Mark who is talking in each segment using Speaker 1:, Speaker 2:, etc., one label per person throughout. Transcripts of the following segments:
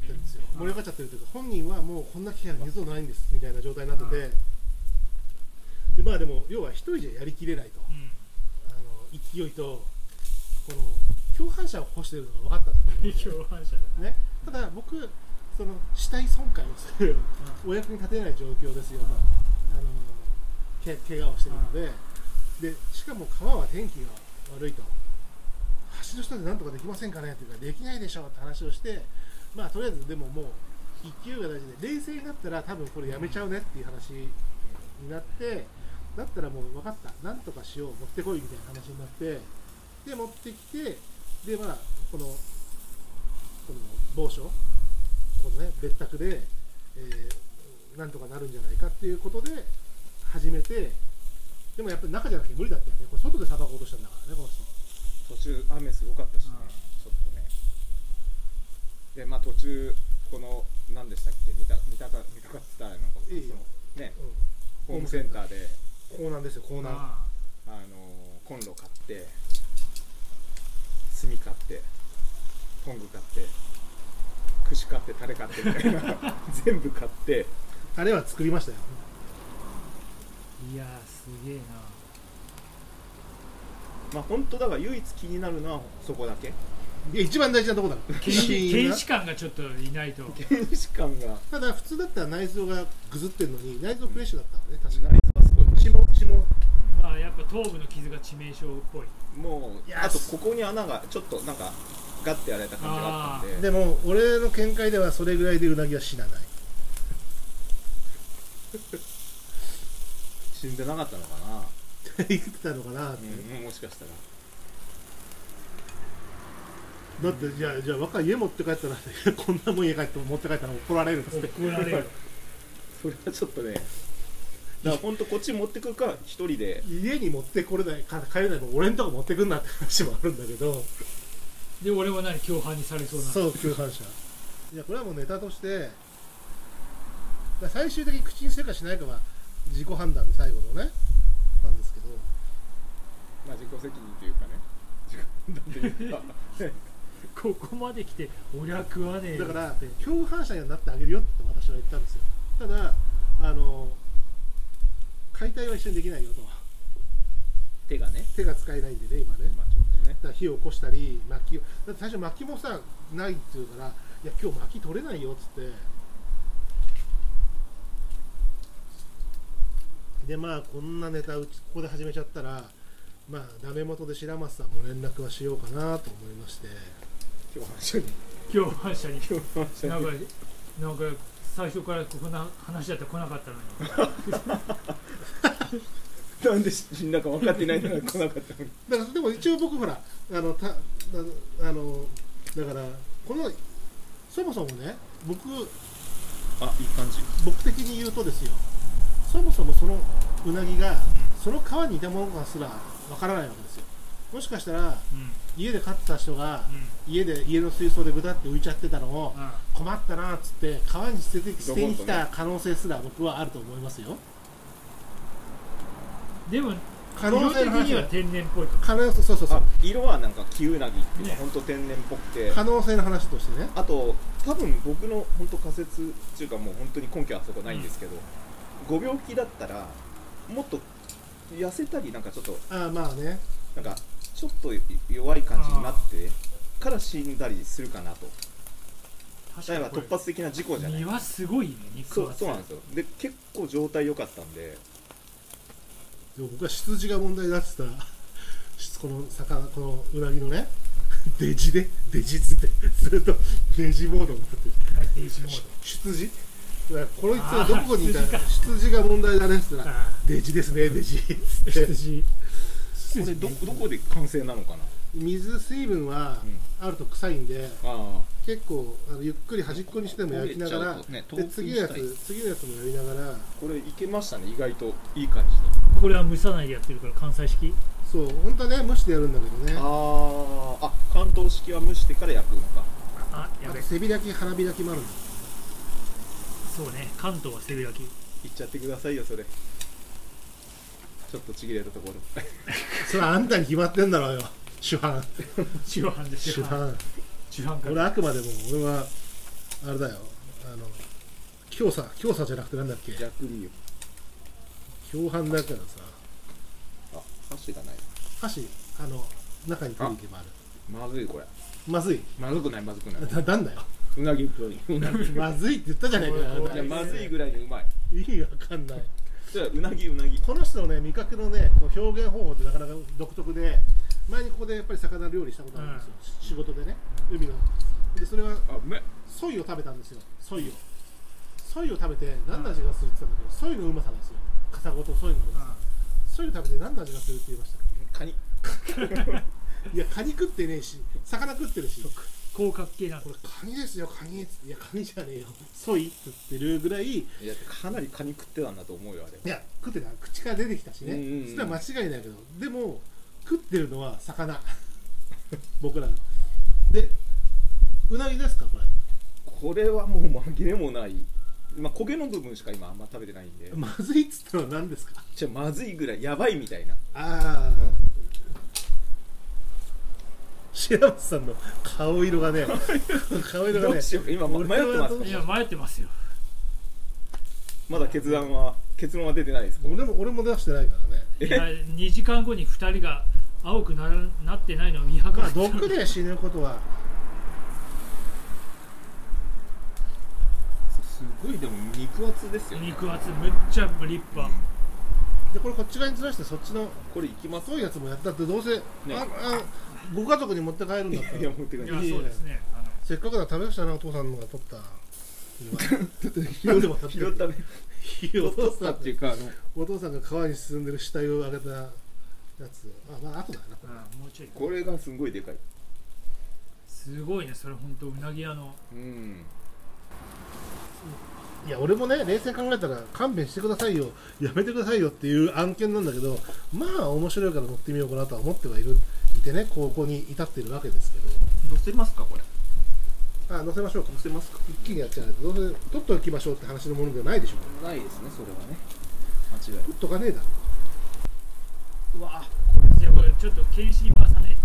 Speaker 1: ってるというか本人はもうこんな機会は二度とないんですみたいな状態になってて、でまあでも要は一人じゃやりきれないと、
Speaker 2: うん
Speaker 1: あの勢いとこの共犯者を欲してるのが分かったんですよ
Speaker 2: 共犯者だ
Speaker 1: ねただ僕その死体損壊をするお役に立てない状況ですよと、あのけ怪我をしてるので,、でしかも川は天気が悪いと橋の下でなんとかできませんかねっていうからできないでしょって話をしてまあとりあえずでももう勢いが大事で冷静になったら多分これやめちゃうねっていう話になってだったらもう分かったなんとかしよう持ってこいみたいな話になってで持ってきてでまあこのこの某所このね別宅で、えーなんとかなるんじゃないかっていうことで始めてでもやっぱり中じゃなくて無理だったよねこれ外でさばこうとしたんだからねこの人
Speaker 3: 途中雨すごかったしね、
Speaker 2: うん
Speaker 3: ちょっとねでまあ途中この何でしたっけ見た見たか見たかっつったらなんか
Speaker 1: いいよ
Speaker 3: そのね
Speaker 1: う
Speaker 3: ホームセンターで
Speaker 1: ん、コーナーですよコーナー
Speaker 2: あ
Speaker 3: あのーコンロ買って炭買ってトング買って串買ってタレ買ってみたい な全部買って
Speaker 1: あれは作りましたよ
Speaker 2: ーいやーすげえな
Speaker 3: まあ本当だから唯一気になるのはそこだけ
Speaker 1: いや一番大事なとこだろ
Speaker 2: 検検視官がちょっといないと
Speaker 3: 検視官 が
Speaker 1: ただ普通だったら内臓がぐずってるのに内臓フレッシュだったからね確
Speaker 3: 内臓
Speaker 1: かに
Speaker 3: はすごい血も血も
Speaker 2: まあやっぱ頭部の傷が致命傷っぽい
Speaker 3: もう
Speaker 1: いや
Speaker 3: あとここに穴がちょっとなんかガッてやられた感じがあったん
Speaker 1: で
Speaker 3: で
Speaker 1: も俺の見解ではそれぐらいでうなぎは死なない
Speaker 3: 死んでなかったのかな、
Speaker 1: 生きてたのかなって、
Speaker 3: うん、もしかしたら
Speaker 1: だってじゃあじゃあ若い家持って帰ったら こんなもん家帰って持って帰ったら怒られるっつって
Speaker 2: 怒られる
Speaker 3: それはちょっとねだから本当こっち持ってくるか一人で
Speaker 1: 家に持ってこれないか帰れないも俺んとこ持ってくんなって話もあるんだけど
Speaker 2: で俺は何共犯にされそうなの
Speaker 1: そう共犯者いやこれはもうネタとしてだから最終的に口にするかしないかは自己判断で最後のねなんですけど
Speaker 3: まあ自己責任というかね自己判断というか
Speaker 2: ここまで来て俺は食わねえよ
Speaker 1: だから
Speaker 2: って
Speaker 1: 共犯者にはなってあげるよって私は言ったんですよただあの解体は一緒にできないよと
Speaker 3: 手がね
Speaker 1: 手が使えないんでね今ね
Speaker 3: まあちょっとね
Speaker 1: だから火を起こしたり薪をだって最初薪もさないっていうからいや今日薪取れないよっつってでまあこんなネタうちここで始めちゃったらまあダメ元で白松さんも連絡はしようかなと思いまして
Speaker 3: 共犯者に
Speaker 2: 共犯者に
Speaker 3: 共犯者
Speaker 2: なん
Speaker 3: に
Speaker 2: かなんか最初からこんな話だって来なかったのに
Speaker 3: なんで死んだか分かってないのが来なかったのに
Speaker 1: だからでも一応僕ほらあのただあのだからこのそもそもね僕
Speaker 3: あいい感じ
Speaker 1: 僕的に言うとですよそもそもそのうなぎがその皮にいたものかすらわからないわけですよもしかしたら
Speaker 2: うん
Speaker 1: 家で飼ってた人が
Speaker 2: うん
Speaker 1: 家で家の水槽でぐだって浮いちゃってたのを
Speaker 2: うん
Speaker 1: 困ったなっつって川に捨てて捨てに来
Speaker 3: ドボン
Speaker 1: た可能性すら僕はあると思いますよ
Speaker 2: でも
Speaker 1: 可
Speaker 2: 色
Speaker 1: 能
Speaker 2: 的
Speaker 1: 性の話
Speaker 2: に
Speaker 1: だ
Speaker 2: は
Speaker 1: よ
Speaker 2: 天然っぽい
Speaker 1: 可能性そうそうそ
Speaker 3: あ
Speaker 1: う
Speaker 3: 色はなんかキウナギっていうか
Speaker 2: ね
Speaker 3: ほんと天然っぽくて
Speaker 1: 可能性の話としてね
Speaker 3: あと多分僕の本当仮説っていうかもう本当に根拠はそこないんですけど、ご病気だったらもっと痩せたりなんかちょっと
Speaker 1: ああまあね
Speaker 3: なんかちょっと弱い感じになってから死んだりするかなと
Speaker 2: 確
Speaker 3: 例えば
Speaker 2: これ
Speaker 3: 突発的な事故じゃない
Speaker 2: 身はすごいね肉
Speaker 3: そう
Speaker 2: 厚
Speaker 3: そうなんですよで結構状態良かったんで
Speaker 1: でも僕は出自が問題だって言ったらしこの魚このうなぎのね デジでデジっつってずっとデジモードになってる
Speaker 2: なんて一網
Speaker 1: 出自だからこいつはどこにいたら出自が問題だねって言ったら
Speaker 2: あ
Speaker 1: 「デジですねデジ」っつ
Speaker 2: ー
Speaker 1: って
Speaker 2: 羊
Speaker 3: これどどこで完成なのかな、
Speaker 1: 水水分は
Speaker 3: うん
Speaker 1: あると臭いんで
Speaker 3: あ
Speaker 1: 結構あのゆっくり端っこにしても焼きなが
Speaker 3: 焦げちゃうとね
Speaker 1: らで次のや
Speaker 3: 遠くに
Speaker 1: つ次のやつもやりながら
Speaker 3: これいけましたね意外といい感じに
Speaker 2: これは蒸さないでやってるから関西式
Speaker 1: そう本当はね蒸してやるんだけどねあ
Speaker 3: あーあ関東式は蒸してから焼くのか
Speaker 2: あやべ
Speaker 1: と背開き腹開きもあるんだ
Speaker 2: そうね関東は背開き
Speaker 3: いっちゃってくださいよそれちょっとちぎれたとこ ろ
Speaker 1: それはあんたに決まってんだろうよ主犯
Speaker 2: 主犯です
Speaker 1: 主
Speaker 2: よ
Speaker 1: 犯
Speaker 2: 主犯か
Speaker 1: 俺
Speaker 2: ら
Speaker 1: あくまでも俺はあれだよああの強さ強さじゃなくてなんだっけ
Speaker 3: ジャック・リーよ
Speaker 1: 共犯だからさ
Speaker 3: あ箸がない
Speaker 1: 箸あの中に取り入れもある
Speaker 3: まずいこれ
Speaker 1: まずい
Speaker 3: まずくないまずく ない
Speaker 1: ななんだよ
Speaker 3: うなぎプリンうなぎプ
Speaker 1: まずいって言ったじゃないかよあな
Speaker 3: リン
Speaker 1: た
Speaker 3: いやまずいぐらいにうまい
Speaker 1: 意味わかんない
Speaker 3: じゃあうなぎうなぎ
Speaker 1: この人のね味覚のねこう表現方法ってなかなか独特で前にここでやっぱり魚料理したことあるんですよ、仕事でね海のでそれは
Speaker 3: あうめ
Speaker 1: ソイを食べたんですよソイをソイを食べて何の味がするって言ってたんだけどソイのうまさなんですよカサゴとソイのうまさソイを食べて何の味がするって言いましたっ
Speaker 3: カニ
Speaker 1: けいやカニ食ってねえし魚食ってるし
Speaker 2: 広角系なん
Speaker 1: こ
Speaker 2: で
Speaker 1: れカニですよカニっつっていやカニじゃねえよソイって言ってるぐらいい
Speaker 3: いやかなりカニ食ってたんだと思うよあれ
Speaker 1: や食ってた口から出てきたし
Speaker 3: うんうんう
Speaker 1: ね
Speaker 3: ん
Speaker 1: それは間違いないけどでも食ってるのは魚 僕らのでうなぎですかこれ
Speaker 3: これはもう紛れもないまあ焦げの部分しか今あんま食べてないんで
Speaker 1: まずいっつったのは何ですか
Speaker 3: じゃあまずいぐらいやばいみたいな
Speaker 1: ああ、白松さんの顔色 がね顔色が
Speaker 3: どう
Speaker 1: ね
Speaker 3: しようか今ま迷ってます
Speaker 1: 俺はどう
Speaker 2: す
Speaker 3: か
Speaker 2: いや迷ってますよ
Speaker 3: まだ決断は結論は出てないですか
Speaker 1: 俺も俺も出してないからね
Speaker 2: いや2時間後に2人が青くならなってないのを見計
Speaker 1: ま
Speaker 2: ら
Speaker 1: あ
Speaker 2: ってた
Speaker 1: 毒で死ぬことは
Speaker 3: すごいでも肉厚ですよね
Speaker 2: 肉厚めっちゃ立
Speaker 3: うん
Speaker 2: 派
Speaker 1: でこれこっち側にずらしてそっちの
Speaker 3: これいきます
Speaker 1: 細いやつもやったってどうせ、ああご家族に持って帰るんだった
Speaker 3: いや
Speaker 1: ら
Speaker 3: 持ってく
Speaker 2: い
Speaker 3: る
Speaker 2: やそうですねあの
Speaker 1: せっかくだから食べましたなお父さんのが取 った拾ってもらって
Speaker 3: 拾ったね拾
Speaker 1: お父さ
Speaker 3: った
Speaker 1: ん
Speaker 3: っていうかあの
Speaker 1: お父さんが川に沈んでる死体をあげたやつあまあ後だな
Speaker 2: うんもうちょい
Speaker 3: これがすごいでかい
Speaker 2: すごいねそれ本当うなぎ屋の
Speaker 3: うん
Speaker 1: いや俺もね冷静に考えたら勘弁してくださいよやめてくださいよっていう案件なんだけどまあ面白いから乗ってみようかなとは思ってはいるいてね高校に至ってるわけですけ
Speaker 3: 乗せますかこれ
Speaker 1: どあ乗せましょうか
Speaker 3: 乗せますか
Speaker 1: 一気にやっちゃうとどうせ取っておきましょうって話のものではないでしょう
Speaker 3: ないですねそれはね間違い
Speaker 1: 取っとかねえだろ
Speaker 3: うわ
Speaker 2: いやこれちょっと検視に回さない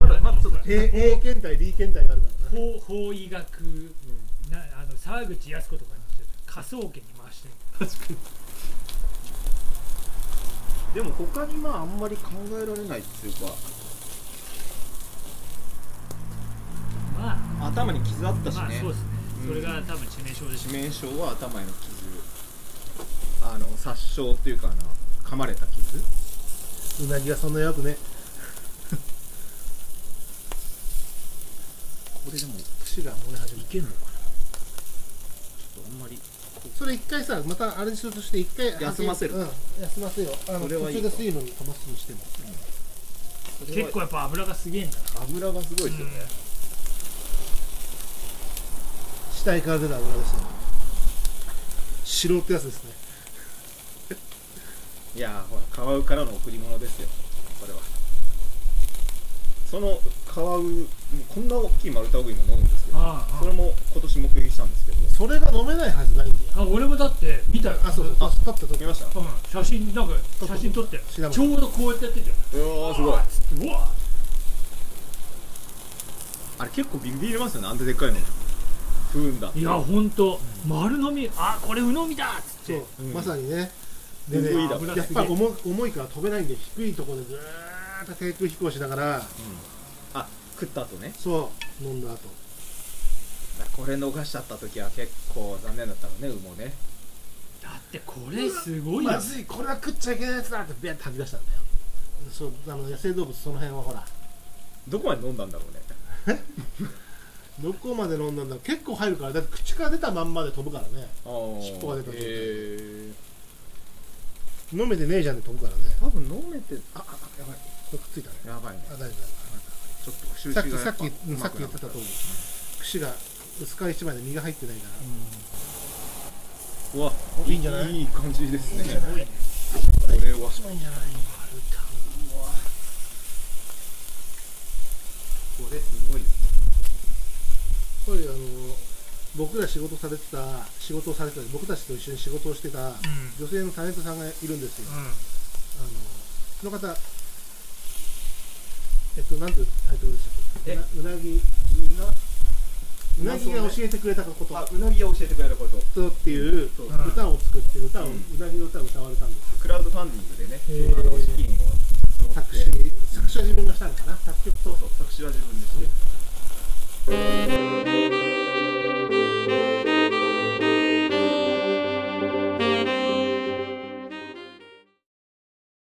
Speaker 3: まだまだちょっと
Speaker 1: え A 検体 B 検体があるからね
Speaker 2: 法法医学なあの沢口靖子とかにちょっと科捜研に回してる
Speaker 3: でも他にまああんまり考えられないっていうか
Speaker 2: まあ
Speaker 3: 頭に傷あったし
Speaker 2: まあ
Speaker 3: ね
Speaker 2: そうですね、
Speaker 3: うん
Speaker 2: それが多分致命傷でしょ
Speaker 3: 致
Speaker 2: う
Speaker 3: 命傷は頭への傷あの殺傷っていうかな噛まれた傷
Speaker 1: うなぎがそんな弱くね
Speaker 3: これでもちょ
Speaker 1: 串が燃え始める
Speaker 2: けんのか
Speaker 3: っとあんまり
Speaker 1: それ一回さまたあれにするとして一回
Speaker 3: 休ませる
Speaker 1: うん、休ませようあの
Speaker 3: それ
Speaker 1: 途
Speaker 3: はいい
Speaker 1: 中で水分飛ばすにしても
Speaker 2: 結構やっぱ油がすげえんだ
Speaker 3: 油がすごいですよね、
Speaker 1: 死体から出た油ですよ白ってやつですね
Speaker 3: いやーほらカワウからの贈り物ですよこれはそのカワウもうこんな大きい丸太食いも飲むんですけど
Speaker 2: ああ
Speaker 3: それも今年目撃したんですけど
Speaker 1: それが飲めないはずないんだよ
Speaker 2: あ俺もだって見たよ
Speaker 1: あそうそうあ立った時
Speaker 3: 見ましたう
Speaker 2: うん写真なんか
Speaker 1: そう
Speaker 2: 写真撮って
Speaker 1: 知らん
Speaker 2: ちょうどこうやってやってて
Speaker 3: わーすごい
Speaker 2: つってうわ
Speaker 3: あれ結構ビビりますよねあんなでっかいの食うんだって
Speaker 2: いやほんと丸飲みあこれ鵜呑みだっつって
Speaker 1: そう、
Speaker 3: うん
Speaker 1: まさにね
Speaker 3: う
Speaker 1: で
Speaker 3: ん
Speaker 1: ね
Speaker 3: 得意だ
Speaker 2: 油
Speaker 1: やっ
Speaker 2: すげ
Speaker 1: ぱ
Speaker 2: え
Speaker 1: り重重いから飛べないんで低いところでずーっと低空飛行しながら
Speaker 3: あ食った後ね
Speaker 1: そう飲んだ後
Speaker 3: これ逃しちゃった時は結構残念だったのねもうね
Speaker 2: だってこれすごいよ
Speaker 1: まずいこれは食っちゃいけないやつだってビャンって吐き出したんだよそうあの野生動物その辺はほら
Speaker 3: どこまで飲んだんだろうね
Speaker 1: どこまで飲んだんだ結構入るからだって口から出たまんまで飛ぶからね
Speaker 3: ああ
Speaker 1: 尻尾が出た状
Speaker 3: へ
Speaker 1: 態
Speaker 3: え
Speaker 1: 飲めてねえじゃんで飛ぶからね
Speaker 3: 多分飲めてああやばい
Speaker 1: これくっついたね
Speaker 3: やばいね
Speaker 1: あ大丈夫大丈
Speaker 3: ちょっと収
Speaker 1: 夫
Speaker 3: 支
Speaker 1: さっ
Speaker 3: が
Speaker 1: き
Speaker 3: や
Speaker 1: さ
Speaker 3: ぱ
Speaker 1: っきうんさっき言ってた
Speaker 3: うまく
Speaker 1: 通
Speaker 3: なか
Speaker 1: り串が薄皮一枚で身が入ってないから、
Speaker 3: うわ
Speaker 1: いいんじゃない
Speaker 3: いい感じですね
Speaker 2: すごいね
Speaker 3: これは
Speaker 1: 一枚いいんじゃない
Speaker 2: 丸太
Speaker 3: これすごいです
Speaker 1: これあの僕ら仕事されてた仕事をされてた僕たちと一緒に仕事をしてた
Speaker 2: う
Speaker 1: 女性のタレントさんがいるんですよ、
Speaker 2: んうん
Speaker 1: あのその方えっとなんていうタイトルでしたっけ
Speaker 2: え
Speaker 1: うなうなぎ
Speaker 3: うな
Speaker 1: うなぎが教えてくれたこと
Speaker 3: あうなぎが教えてくれたこと
Speaker 1: とっていう
Speaker 3: そう
Speaker 2: うん
Speaker 1: 歌を作って歌を、う
Speaker 3: うん
Speaker 1: なぎの歌を歌われたんです
Speaker 3: クラウドファンディングでね
Speaker 2: へー
Speaker 3: あの資金を募っ
Speaker 1: 作
Speaker 3: て
Speaker 1: 詞作詞は自分がしたのかな作曲と
Speaker 3: そうそう作詞は自分でして